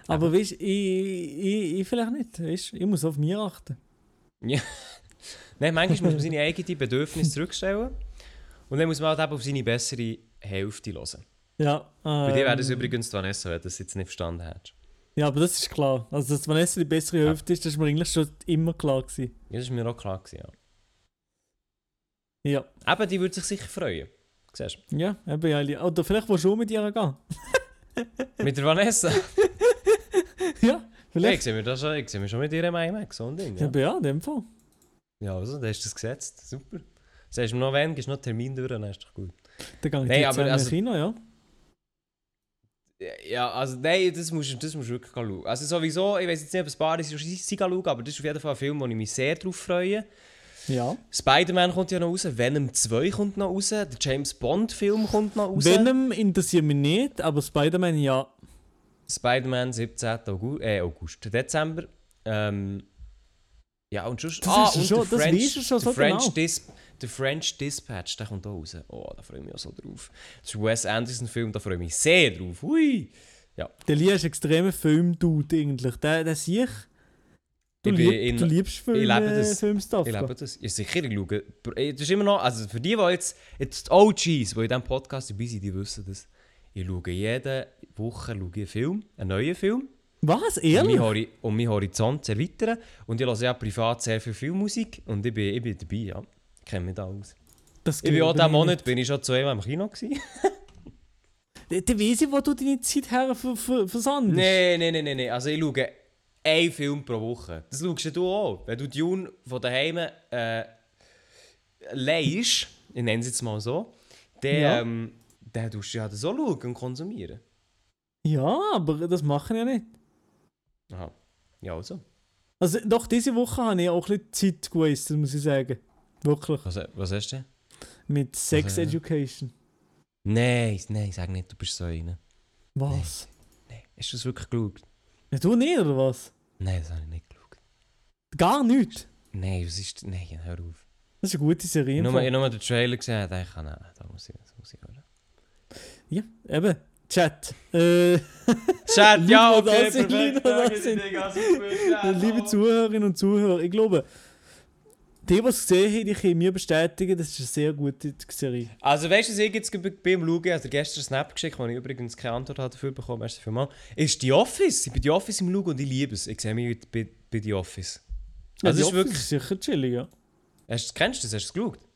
Aber weißt ich, ich, ich vielleicht nicht, weißt ich muss auf mich achten. Nein, manchmal muss man seine eigenen Bedürfnisse zurückstellen und dann muss man halt eben auf seine bessere Hälfte hören. Ja, Bei dir wäre das ähm, übrigens die Vanessa, wenn du das jetzt nicht verstanden hättest. Ja, aber das ist klar. Also, dass Vanessa die bessere Ja. Hälfte ist, das ist mir eigentlich schon immer klar gewesen. Ja, das war mir auch klar. Gewesen, Ja, ja. Eben, die würde sich sicher freuen. Siehst ja, eben, ja. Eli. Oder vielleicht willst du auch mit ihr gehen. du? Mit der Vanessa. ja, Ja, ich vielleicht. sehe mich, das schon, ich sehe mich schon mit ihr im IMAX, so ein Ding. Ja, Ja, aber ja, in dem Fall. ja also, dann hast du das gesetzt. Super. Sagst du mir noch wen, gehst noch einen Termin durch, dann ist doch gut. Dann gehe ich Nein, jetzt aber zusammen also- ins Kino, ja. Ja, also nein, das musst du das musst du wirklich schauen. Also sowieso, ich weiß jetzt nicht, ob es Bar ist, sie sie schauen, aber das ist auf jeden Fall ein Film, wo ich mich sehr drauf freue. Ja. Spider-Man kommt ja noch raus, Venom 2 kommt noch raus, der James-Bond-Film kommt noch raus. Venom interessiert mich nicht, aber Spider-Man ja. Spider-Man 17. August, äh, August Dezember. Ähm, ja, und sonst... Ah, Das hast du und schon- der das weisst du schon so der French genau. Dis der French Dispatch, der kommt auch raus. Oh, da freue ich mich auch so drauf. Das ist ein Wes Anderson-Film, da freue ich mich sehr drauf. Hui! Der Lia ist ein extremer Film-Dude eigentlich. Der, der sehe ich. Du, Ich bin lieb, in- du liebst Filme, ich lebe das. Filmstuff. Ich lebe das. Ja, sicher, ich schaue. Das ist immer noch, also für die, die jetzt, jetzt die OGs, die in diesem Podcast dabei sind, die wissen das. Ich schaue jede Woche schaue ich einen Film, einen neuen Film, Was? um Ehrlich? meinen, Hori um meinen Horizont zu erweitern. Und ich höre ja privat sehr viel Filmmusik und ich bin, ich bin dabei, ja. Ich kenne mich da aus. Das Ich bin auch glaube diesen ich Monat bin ich schon zweimal im Kino gewesen. nicht. Dann weiss ich, wo du deine Zeit her ver- ver- versandest. Nein, nein, nein, nein, nein. Also ich schaue einen Film Dus pro Woche. Das schaust ja du auch. Wenn du Dune von daheim äh, leihst, ich nenne es jetzt mal so, dann, Ja. ähm, dann tust du ja das auch schauen und konsumieren. Ja, aber das machen ja nicht. Aha. Ja, also. Also doch, diese Woche habe ich auch ein bisschen Zeit gewastet, muss ich sagen. Wirklich. Was, was hast du denn? Mit Sex Also, ja. Education. Nein, nein, sag nicht, du bist so einer. Was? Nein. Hast du das wirklich geschaut? Ja, du nicht, oder was? Nein, das habe ich nicht geschaut. Gar nicht. Nein, was ist. Nein, hör auf. Das ist eine gute Serie. Ich im habe nur, ich Fall. hab nur den Trailer gesehen und dachte, nein, da muss ich, das muss ich hören. Ja, eben. Chat. Äh, Chat, ja, Leute, die okay, da sind, perfekt. Leute, die da Danke, sind. Digga, super, ja, liebe oh. Zuhörerinnen und Zuhörer, ich glaube, die, die es gesehen haben, die können mir bestätigen, das ist eine sehr gute Serie. Also weißt du, was ich jetzt gerade beim Schauen, also gestern einen Snap geschickt, wo ich übrigens keine Antwort habe dafür bekommen, merci vielmals, ist die Office. Ich bin die Office im Schauen und ich liebe es. Ich sehe mich heute bei, bei die Office. Ja, Also es die ist Office wirklich, sicher chillig, ja. hast, kennst du das? Hast du es geschaut?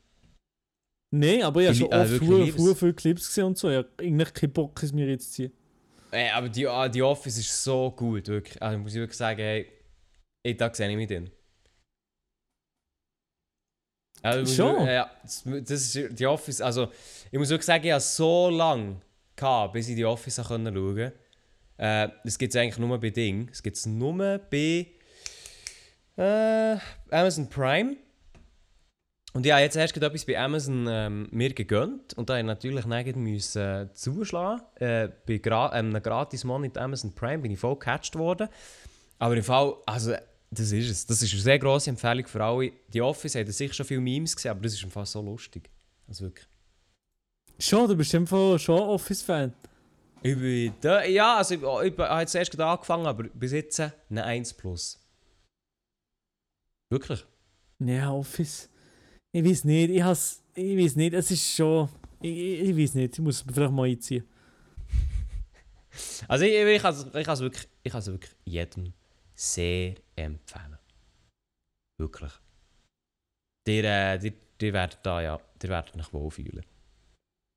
Nein, aber ich habe Ich schon li- äh, oft wirklich früher, lieb's. früher viele Clips gesehen und so. Ich habe eigentlich keinen Bock, es mir jetzt zu ziehen. Ey, aber die, ah, die Office ist so gut, wirklich. Also muss ich wirklich sagen, hey, ey, da sehe ich mich drin. Also, muss ich Schon? wirklich- Ja, das, das ist die Office, also ich muss wirklich sagen, ich habe so lange gehabt, bis ich die Office habe können schauen konnte. Äh, das gibt es eigentlich nur bei Ding. Das gibt es nur bei äh, Amazon Prime. Und ja, jetzt hast du etwas bei Amazon ähm, mir gegönnt und da musste ich natürlich nicht müssen, äh, zuschlagen. Äh, bei gra ähm, einem gratis Monat Amazon Prime bin ich voll gecatcht worden. Aber im Fall, also das ist es. Das ist eine sehr grosse Empfehlung für alle. Die Office hat sicher schon viele Memes gesehen, aber das ist im Fall so lustig. Also wirklich. Schon, du bist einfach schon Office-Fan. Ich bin da, ja, also ich, ich, ich habe zuerst gerade angefangen, aber bis jetzt eine 1 plus. Wirklich? Ja, Office. Ich weiß nicht, ich has, ich weiß nicht, es ist schon. Ich, ich, ich weiß nicht, ich muss es vielleicht mal einziehen. Also ich, ich, ich kann es ich kann's wirklich, ich kann's wirklich jedem sehr empfehlen. Wirklich. Ihr, äh, ihr, ihr werdet da ja, ihr werdet euch wohlfühlen.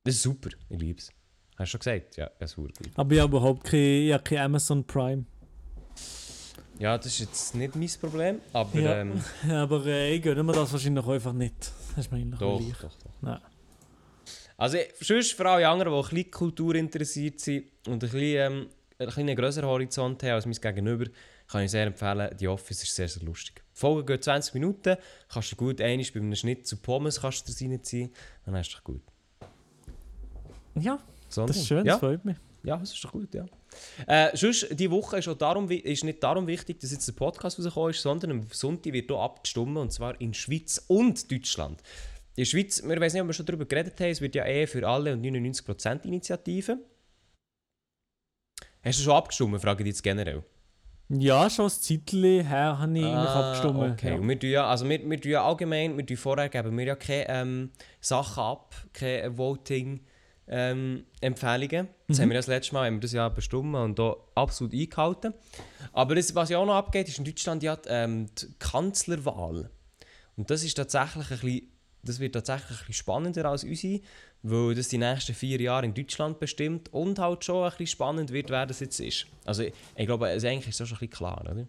Das ist super, ich liebe es. Hast du schon gesagt? Ja, das ist super lieb. Aber ich habe überhaupt kein, ich habe kein Amazon Prime. Ja, das ist jetzt nicht mein Problem, aber Ja. ähm, Aber äh, ich gönne mir das wahrscheinlich einfach nicht. Das ist mir eigentlich doch, gleich. doch, doch. Nein. Also, eh, sonst für alle anderen, die ein bisschen Kultur interessiert sind und ein bisschen, ähm, ein bisschen einen grösseren Horizont haben als mein Gegenüber, kann ich sehr empfehlen, die Office ist sehr, sehr lustig. Die Folge geht 20 Minuten, kannst du gut einmal bei einem Schnitt zu Pommes kannst du dir reinziehen, dann hast du dich gut. Ja, So ein das Ding. ist schön, das Oh, Ja, freut mich. Ja, das ist doch gut, ja. Äh, sonst, die Woche ist, auch darum, wi- ist nicht darum wichtig, dass jetzt der Podcast rausgekommen ist, sondern am Sonntag wird hier abgestimmt, und zwar in Schweiz und Deutschland. In der Schweiz, wir wissen nicht, ob wir schon darüber geredet haben, es wird ja eh für alle und 99% Initiative. Hast du schon abgestimmt, frage ich dich jetzt generell. Ja, schon ein Zeitchen her habe ich eigentlich abgestimmt. Ah, Okay, Ja. und wir tun ja, also wir, wir tun ja allgemein, wir tun vorher geben wir ja keine ähm, Sachen ab, keine Voting-Empfehlungen. das Mhm. haben wir ja das letzte Mal, haben wir das ja bestimmt und da absolut eingehalten. Aber das, was ja auch noch abgeht, ist in Deutschland ja die, ähm, die Kanzlerwahl. Und das ist tatsächlich ein bisschen, das wird tatsächlich ein bisschen spannender als unsere, weil das die nächsten vier Jahre in Deutschland bestimmt und halt schon ein bisschen spannend wird, wer das jetzt ist. Also ich, ich glaube, also eigentlich ist das schon ein bisschen klar, oder?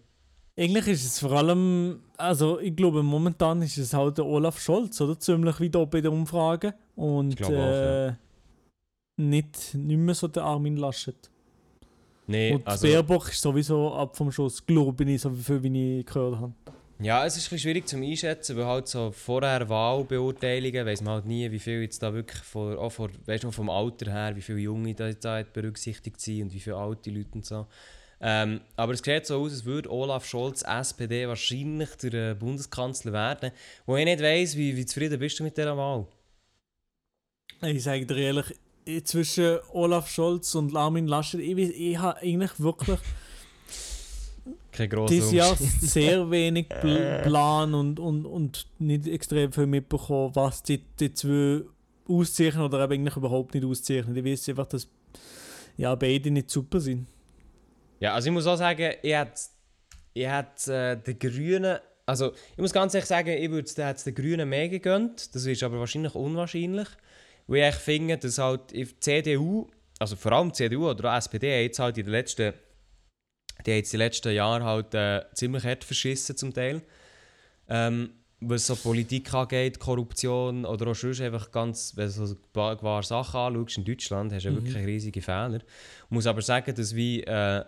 Eigentlich ist es vor allem, also ich glaube, momentan ist es halt der Olaf Scholz, oder? Ziemlich wie da bei den Umfragen. Und Ich glaube auch, äh, nicht, nicht mehr so der Armin Laschet. Nee, Und also, Baerbock ist sowieso ab vom Schuss, glaube ich, so viel wie ich gehört habe. Ja, es ist ein bisschen schwierig zum Einschätzen, weil halt so vorher Wahlbeurteilungen, weiß man halt nie, wie viel jetzt da wirklich vor, auch vor, weißt du, vom Alter her, wie viele Junge da jetzt da hat berücksichtigt sind und wie viele alte Leute und so. Ähm, aber es sieht so aus, als würde Olaf Scholz, SPD, wahrscheinlich der äh, Bundeskanzler werden, wo ich nicht weiss, wie, wie zufrieden bist du mit dieser Wahl? Ich sage dir ehrlich, eh, zwischen Olaf Scholz und Armin Laschet, ich, weiss- ich habe eigentlich wirklich Kein grosser dieses Jahr Unterschied. sehr wenig Pl Plan und, und, und nicht extrem viel mitbekommen, was die, die zwei auszeichnen oder eben eigentlich überhaupt nicht auszeichnen. Ich weiß einfach, dass ja, beide nicht super sind. Ja, also ich muss auch sagen, ich hätte, ich hätte äh, den Grünen, also ich muss ganz ehrlich sagen, ich würde es hätte es den Grünen mehr gegönnt, das ist aber wahrscheinlich unwahrscheinlich, weil ich finde, dass halt die CDU, also vor allem die CDU oder auch die SPD, haben jetzt halt in den letzten, die haben jetzt die letzten Jahre halt äh, ziemlich hart verschissen zum Teil, ähm, was so Politik angeht, Korruption oder auch sonst einfach ganz, wenn du so ein paar paar Sachen anschaust in Deutschland, hast du ja Mhm. wirklich riesige Fehler. Ich muss aber sagen, dass wie... Äh,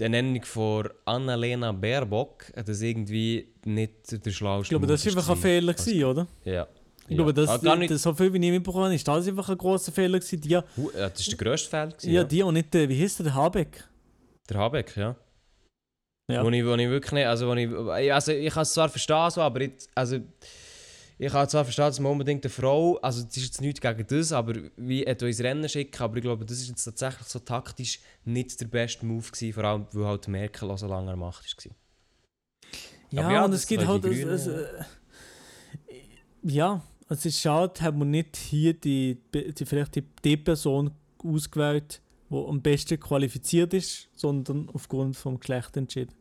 die Ernennung von Annalena Baerbock, das irgendwie nicht der schlauste Ich glaube, das war einfach ein Fehler, gewesen, oder? Ja. Ich glaube, das, ah, gar nicht, das, das, so viel wie ich mitbekommen habe, ist das einfach ein großer Fehler gewesen. Die, ja, ja, äh, das ist der grösste Fehler. Gewesen, ja. ja, die und nicht, der, wie hieß der, der Habeck? Der Habeck, ja. Ja. Wo, ich, wo ich wirklich nicht, also, wo ich, also ich kann es zwar verstehen, so, aber ich, also, ich kann zwar verstehen, dass man unbedingt eine Frau, also das ist jetzt nichts gegen das, aber wie er ins Rennen schickt, aber ich glaube, das ist jetzt tatsächlich so taktisch nicht der beste Move gewesen, vor allem, weil halt Merkel auch so lange an der Macht war. Ja, Aber ja, und das es gibt können halt. die Es, Grünen- es, äh, ja, es ist schade, hat man nicht hier die, die vielleicht die, die Person ausgewählt, die am besten qualifiziert ist, sondern aufgrund vom Geschlecht entschieden.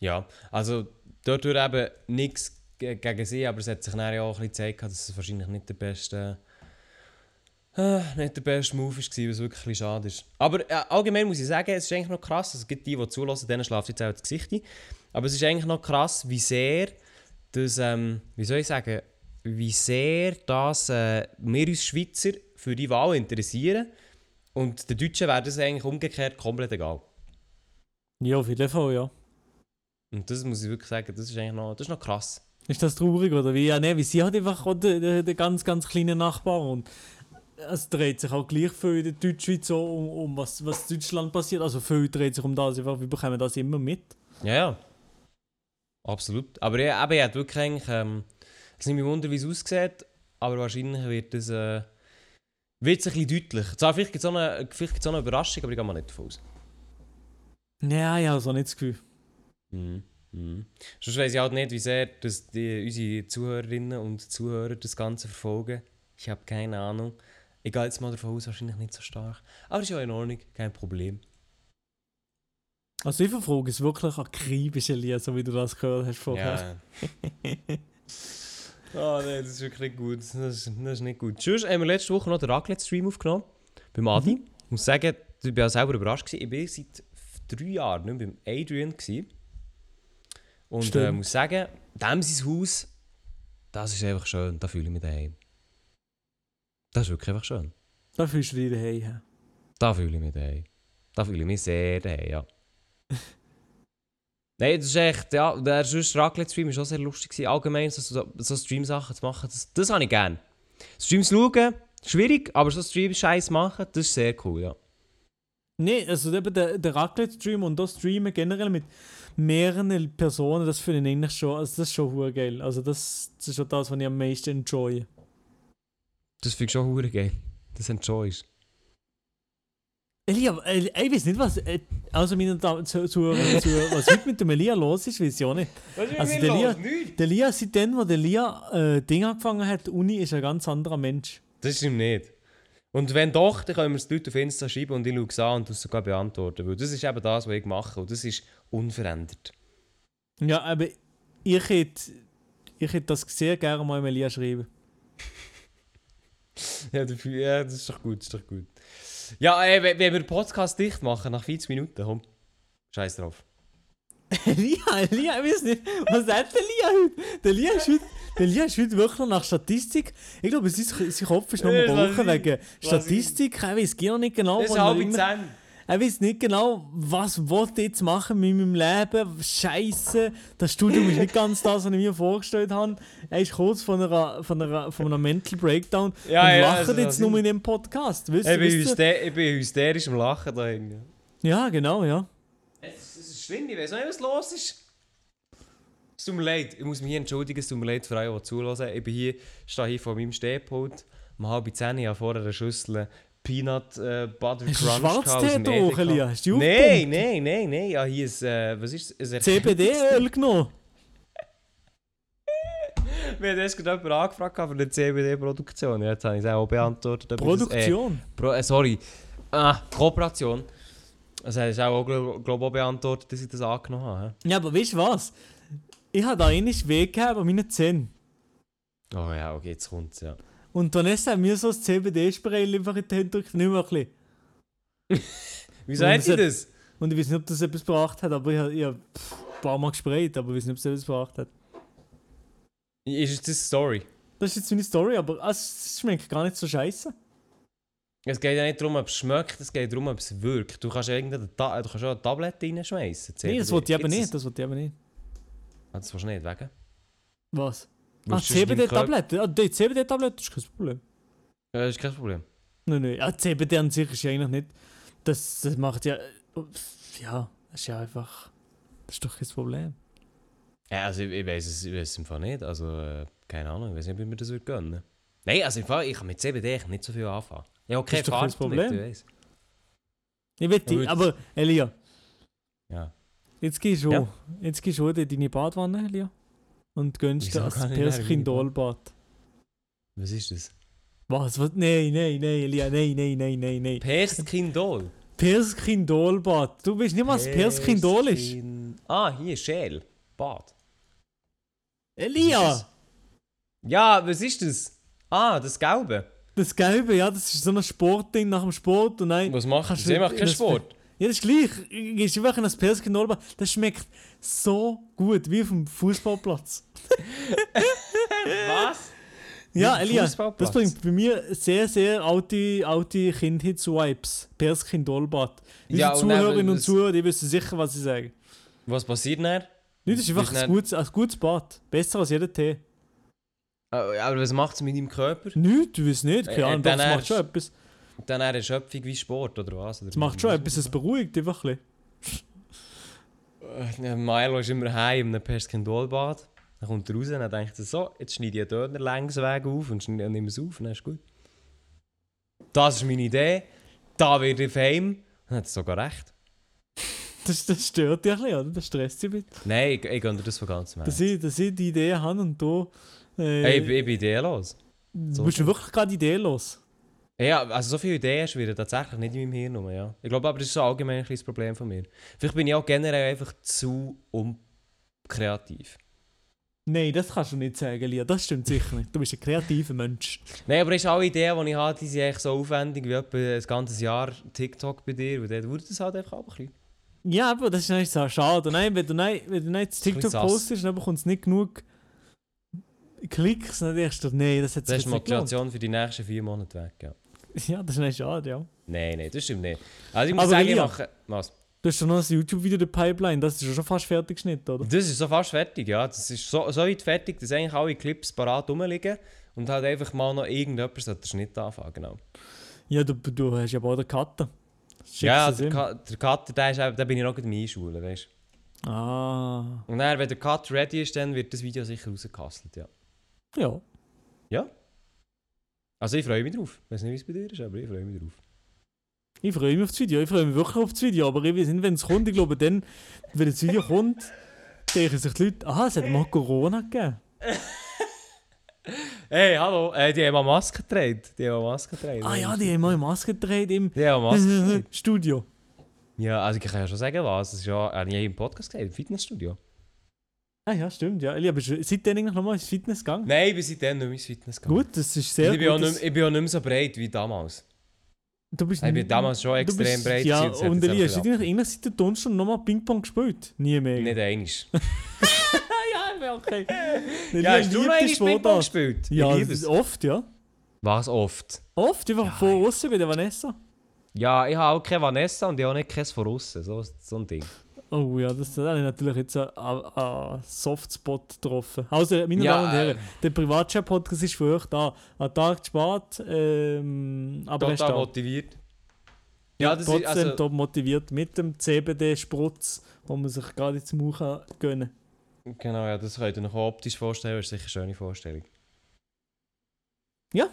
Ja, also dort würde eben nichts ge- gegen sie, aber es hat sich dann ja auch ein bisschen gezeigt, dass es wahrscheinlich nicht der beste, äh, nicht der beste Move war, was wirklich ein bisschen schade ist. Aber äh, allgemein muss ich sagen, es ist eigentlich noch krass, also es gibt die, die zulassen, denen schlaft jetzt auch das Gesicht ein, aber es ist eigentlich noch krass, wie sehr das, ähm, wie soll ich sagen, wie sehr das äh, wir uns Schweizer für die Wahl interessieren und den Deutschen wäre das eigentlich umgekehrt komplett egal. Ja, auf jeden Fall, ja. Und das muss ich wirklich sagen, das ist eigentlich noch, das ist noch krass. Ist das traurig, oder wie? Ja, ne, wie sie hat einfach auch den, den, den ganz, ganz kleinen Nachbar und es dreht sich auch gleich viel in der Deutschschweiz so um, um was, was in Deutschland passiert. Also viel dreht sich um das einfach, wir bekommen das immer mit. Ja, ja. Absolut. Aber ja, eben, er hat wirklich eigentlich. Ähm, es nimmt mich wunder, wie es aussieht, aber wahrscheinlich wird es. Äh, wird es ein bisschen deutlich. Zwar, vielleicht gibt es auch eine, vielleicht gibt's auch eine Überraschung, aber ich gehe mal nicht davon aus. Ja, ja, so nicht das Gefühl. Mhm. Mhm. Sonst weiss ich halt nicht, wie sehr dass die, unsere Zuhörerinnen und Zuhörer das Ganze verfolgen. Ich habe keine Ahnung. Ich gehe jetzt mal davon aus, wahrscheinlich nicht so stark. Aber ist ja in Ordnung, kein Problem. Also ich verfolge es wirklich akribisch, Elias, so wie du das gehört hast vorher. Ah, nee, das ist wirklich nicht gut. Das ist, das ist nicht gut. Sonst haben wir letzte Woche noch den Raclette-Stream aufgenommen. Beim Adi. Ich muss sagen, ich war selber überrascht. Gewesen. Ich war seit f- drei Jahren nicht mehr beim Adrian. Gewesen. Und äh, Stimmt. muss sagen, dem sein Haus, das ist einfach schön. Da fühle ich mich daheim. Das ist wirklich einfach schön. Da fühlst du dich daheim. hä? Da fühle ich mich daheim. Da fühle ich mich sehr daheim, ja. Nein, das ist echt, ja, der sonst Raclette-Stream war auch sehr lustig. Gewesen. Allgemein so, so, so Stream-Sachen zu machen, das, das habe ich gerne. Streams schauen, Schwierig, aber so Stream-Scheiß machen, das ist sehr cool, ja. Nee, also eben der, der Raclette-Stream und das Streamen generell mit mehreren Personen, das finde ich eigentlich schon, also das ist schon hure geil. Also das, das ist schon das, was ich am meisten enjoye. Das finde ich schon hure geil. Das enjoyst. Elia, äh, ich weiß nicht, was, äh, also meine Damen zu, zu, zu, was heute mit dem Elia los ist, weiß ich auch nicht. Was ist Also der Lia, der Lia, seitdem, wo der Lia äh, Ding angefangen hat, die Uni, ist ein ganz anderer Mensch. Das ist ihm nicht. Und wenn doch, dann können wir es die Leute auf Insta schreiben und ich schaue es an und das sogar beantworten. Weil das ist eben das, was ich mache und das ist unverändert. Ja, aber ich hätte, ich hätte das sehr gerne mal dem Elia schreiben. Ja, dafür, ja, das ist doch gut, das ist doch gut. Ja, ey, wenn, wenn wir den Podcast dicht machen, nach 40 Minuten, komm. Scheiß drauf. Elia, Elia, ich weiß nicht, was hat der Lia heute? Der Lia ist heute, der Lia ist heute wirklich noch nach Statistik. Ich glaube, sein, sein Kopf ist noch Ja, mal das weiß gebrochen ich. wegen Das weiß ich. Statistik. Ich weiß gar nicht genau, Das wo ist er halb immer- zehn. Ich weiß nicht genau, was wollte ich jetzt machen mit meinem Leben. Scheiße, das Studium ist nicht ganz das, was ich mir vorgestellt habe. Er ist kurz von, einer, von, einer, von einem Mental Breakdown Ja, und ja, lacht also das jetzt sind- nur in dem Podcast. Wisst Ich ihr, bin, wisst ihr? hyster ich bin hysterisch am Lachen da hinten. Ja, genau, ja. Es, es ist schlimm, ich weiß nicht, was los ist. Es tut mir leid, ich muss mich hier entschuldigen, es tut mir leid für alle, die zuhören. Ich bin hier, stehe hier vor meinem Stehpult, um halb zehn, ich habe vorher eine Schüssel Peanut äh, Butter Hast du Crunch gehabt aus Schwarztee dem getrunken, Edeka. Lia? Hast du die Nein, nein, nein, nein, ja, hier ist, äh, was ist es? Ein- CBD-Öl genommen. Wir haben erst gerade jemanden angefragt für eine CBD-Produktion, jetzt habe ich es auch beantwortet. ob ich das- äh, Produktion. Pro, äh, sorry. Ah, Kooperation. Das hast du auch, glaube ich, auch beantwortet, dass ich das angenommen habe. Ja, aber weißt du was? Ich habe da eigentlich Weg gehabt bei meinen Zähnen. hä? Oh ja, okay, jetzt kommt's, ja. Und Vanessa hat mir so das CBD-Spray einfach in die Hand gedrückt, nicht mehr ein bisschen. Wieso Und hat es sie hat- das? Und ich weiß nicht, ob das etwas gebracht hat, aber ich habe ich hab, pff, ein paar Mal gesprayt, aber ich weiß nicht, ob es etwas gebracht hat. Ist es das Story? Das ist jetzt meine Story, aber ah, es schmeckt gar nicht so scheiße. Es geht ja nicht darum, ob es schmeckt, es geht darum, ob es wirkt. Du kannst ja irgendeine Ta du kannst auch eine Tablette reinschmeißen. Nein, das CBD. wollte ich eben Jetzt nicht, ist- das wollte ich eben nicht. Ah, das willst du nicht, wegen? Was? Weil Ah, sonst deinem CBD-Tablette? Ah, die CBD-Tablette ist kein Problem. Körper- Ja, dus das ist kein Problem. Nein, nein, ah, CBD an sich ist ja eigentlich nicht... Das, das macht ja... Ja, das ist ja einfach... Das ist doch kein Problem. Ja, also ich, ich weiß es, ich weiss es im Fall nicht. Also, äh, keine Ahnung, ich weiß nicht, ob ich mir das würde gönnen. Nein, also im Fall, ich kann mit CBD echt nicht so viel anfangen. Ja, okay, ist doch kein Problem. Mit, ich weiss. Ich will gut. die, aber Elia, Ja. jetzt gehst du Ja. jetzt gehst du in deine Badwanne, Elia, und gönnst Wieso dir das kann ich nicht in meine Perskindolbad. Was ist das? Was? Was? Nein, nein, nein, Elia, nein, nein, nein, nein, nein. Perskindol. Perskindolbad. Du weißt nicht, was Perskindol ist. Perskin- Ah, hier, Schäl. Bad. Elia! Ja, was ist das? Ah, das Gelbe. Das Gelbe, ja, das ist so ein Sportding nach dem Sport und nein. Was macht kannst das? du- Sie macht keinen das- Sport. Ja, das ist gleich. Du Gehst einfach in das Perskindolbad. Das schmeckt so gut, wie auf dem Fußballplatz. Äh. Was? Ja, Wie ein Elia, Fußballplatz. das bringt bei mir sehr, sehr alte, alte Kindheitswipes. Perskind Olbad. Unsere Ja, und dann, Zuhörerinnen und das- Zuhörer, die wissen sicher, was ich sage. Was passiert dann? Nicht, das ist einfach Ist ein nicht- gutes, ein gutes Bad. Besser als jeder Tee. Äh, Aber was macht es mit deinem Körper? Nicht, du weißt nicht. Äh, Keine Ahnung, dann doch, es macht erst. schon etwas. Dann eine Schöpfung wie Sport oder was? Oder Es macht schon etwas, es beruhigt einfach ein bisschen. Äh, Milo ist immer heim in einem Perskindolbad. Dann kommt er raus und dann denkt er so, jetzt schneide ich einen Döner längs Weg auf und schneide- nehme es auf und dann ist gut. Das ist meine Idee. Da wird ich fame. Dann hat er sogar recht. Das, das stört dich ein bisschen, oder? Das stresst dich ein bisschen. Nein, ich, ich gönne dir das von ganzem Herzen. Dass ich, dass ich die Idee habe und du. Hey, Äh, ich, bin- ich bin ideenlos. du bist wirklich gerade ideenlos. Ja, also so viele Ideen hast wieder tatsächlich nicht in meinem Hirn rum, ja. Ich glaube aber, das ist so allgemein ein kleines Problem von mir. Vielleicht bin ich auch generell einfach zu unkreativ. Nein, das kannst du nicht sagen, Lia. Das stimmt sicher nicht. Du bist ein kreativer Mensch. Nein, aber es ist alle Ideen, die ich habe, die sind eigentlich so aufwendig wie etwa ein ganzes Jahr TikTok bei dir. Und dann wurde das halt einfach ab. Ja, aber das ist eigentlich so schade. Nein, wenn du nein, wenn du nein das ein bisschen TikTok sass. postest, dann bekommst du nicht genug Klicks, dann denkst du, nein, das hat Das sich ist die jetzt nicht gelohnt. Motivation für die nächsten vier Monate weg, ja. Ja, das ist eigentlich schade, ja. Nein, nein, das stimmt nicht. Also ich muss Aber sagen, ich Elia- mache... Was? Du hast doch noch ein YouTube-Video der Pipeline, das ist ja schon fast fertig geschnitten, oder? Das ist so fast fertig, ja. Das ist so, so weit fertig, dass eigentlich alle Clips parat rumliegen. Und halt einfach mal noch irgendjemand sollte den Schnitt anfangen, genau. Ja, du, du hast ja auch den Cutter. Schickst ja, es der, ihm. Ka der Cutter, der ist, eben- den bin ich noch gut am Einschulen, weißt du. Ah, Und dann, wenn der Cut ready ist, dann wird das Video sicher rausgekastelt, ja. ja. Also ich freue mich drauf. Ich weiß nicht, wie es bei dir ist, aber ich freue mich drauf. Ich freue mich auf das Video, ich freue mich wirklich auf das Video, aber ich weiß nicht, wenn es kommt, ich glaube dann, wenn das Video kommt, denken sich die Leute, aha, es hat mal Corona gegeben. Hey, hallo! Äh, die haben mal Maske getragen. Die haben mal Maske getragen. Ah ja, die haben mal Maske gedreht im Die haben mal Maske getragen. Studio. Ja, also ich kann ja schon sagen, was. Das ist ja, habe ich ja im Podcast gesehen, im Fitnessstudio. Ah ja, stimmt, ja. Eli, aber seitdem eigentlich nochmal ins Fitness gegangen? Nein, ich bin seitdem nicht mehr ins Fitness Dus gegangen. Gut, das ist sehr ich, bin auch gut. nicht, dass- ich bin auch nicht mehr so breit wie damals. Du bist Ich bin nicht- damals schon du extrem bist- breit. Mm, dus- Ja, gewesen, das hat und jetzt Eli, einfach hast du eigentlich eigentlich seit der Tonstunde nochmal Ping-Pong gespielt? Nie mehr. Ah Nicht einiges. ja, okay. ja, hast du noch einmal Ping-Pong gespielt? Ja, ich liebe es. oft, ja. dus. Was oft? Oft, einfach von außen bei der Vanessa. Ja, ich habe auch keine Vanessa und ich habe auch nicht keins von außen. So, so ein Ding. Oh ja, das hat natürlich jetzt einen- einen einen Softspot getroffen. Also, meine Ja, Damen und Herren, äh. der Privatchat-Podcast ist für euch da. Ein Tag zu spät, ähm, aber er ist Total da. motiviert. Ja, dus das Trotzdem ist also... top motiviert mit dem CBD-Sprutz, den man sich gerade ins Mauch kann gönnen Genau, ja, das könnt ihr euch auch optisch vorstellen. Das ist sicher eine schöne Vorstellung. Ja.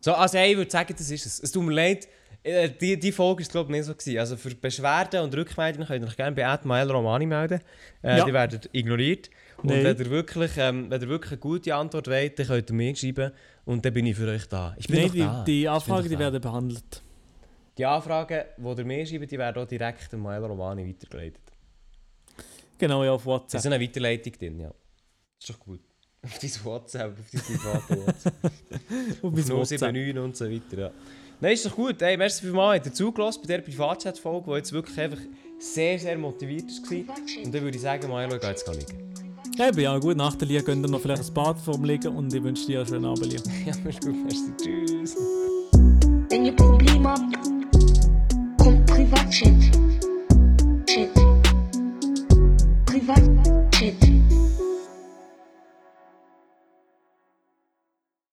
So, also hey, ich würde sagen, das ist es. Es tut mir leid, äh, die, die Folge ist glaube ich nicht so gewesen. Also für Beschwerden und Rückmeldungen könnt ihr euch gerne bei Admail Romani melden. Äh, Ja. Die werden ignoriert. Und Nein. wenn ihr, wirklich, ähm, wenn ihr wirklich eine gute Antwort wollt, dann könnt ihr mir schreiben und dann bin ich für euch da. Ich bin Nein, doch da. die, die Ich bin Anfragen doch die da. werden behandelt. Die Anfragen, die ihr mir schreibt, die werden auch direkt an Mail Romani weitergeleitet. Genau, ja, auf Da ist WhatsApp. so eine Weiterleitung drin, ja. Ist doch gut. Auf dein WhatsApp, auf dein private WhatsApp. Auf Bis mein WhatsApp. 079 und so weiter. Ja. Nein, ist doch gut. Hey, merci vielmals, habt ihr zugelassen bei dieser Privatchat-Folge, die jetzt wirklich einfach sehr, sehr motiviert war. Und dann würde ich sagen, Milo, ich gehe jetzt liegen. Eben, ja, gut, nach der Liga könnt ihr noch vielleicht ein Bad vor dem Liegen und ich wünsche dir einen schönen Abend. Lia. Ja, ist gut, merci. Tschüss. Wenn ihr Probleme habt, kommt privat chat.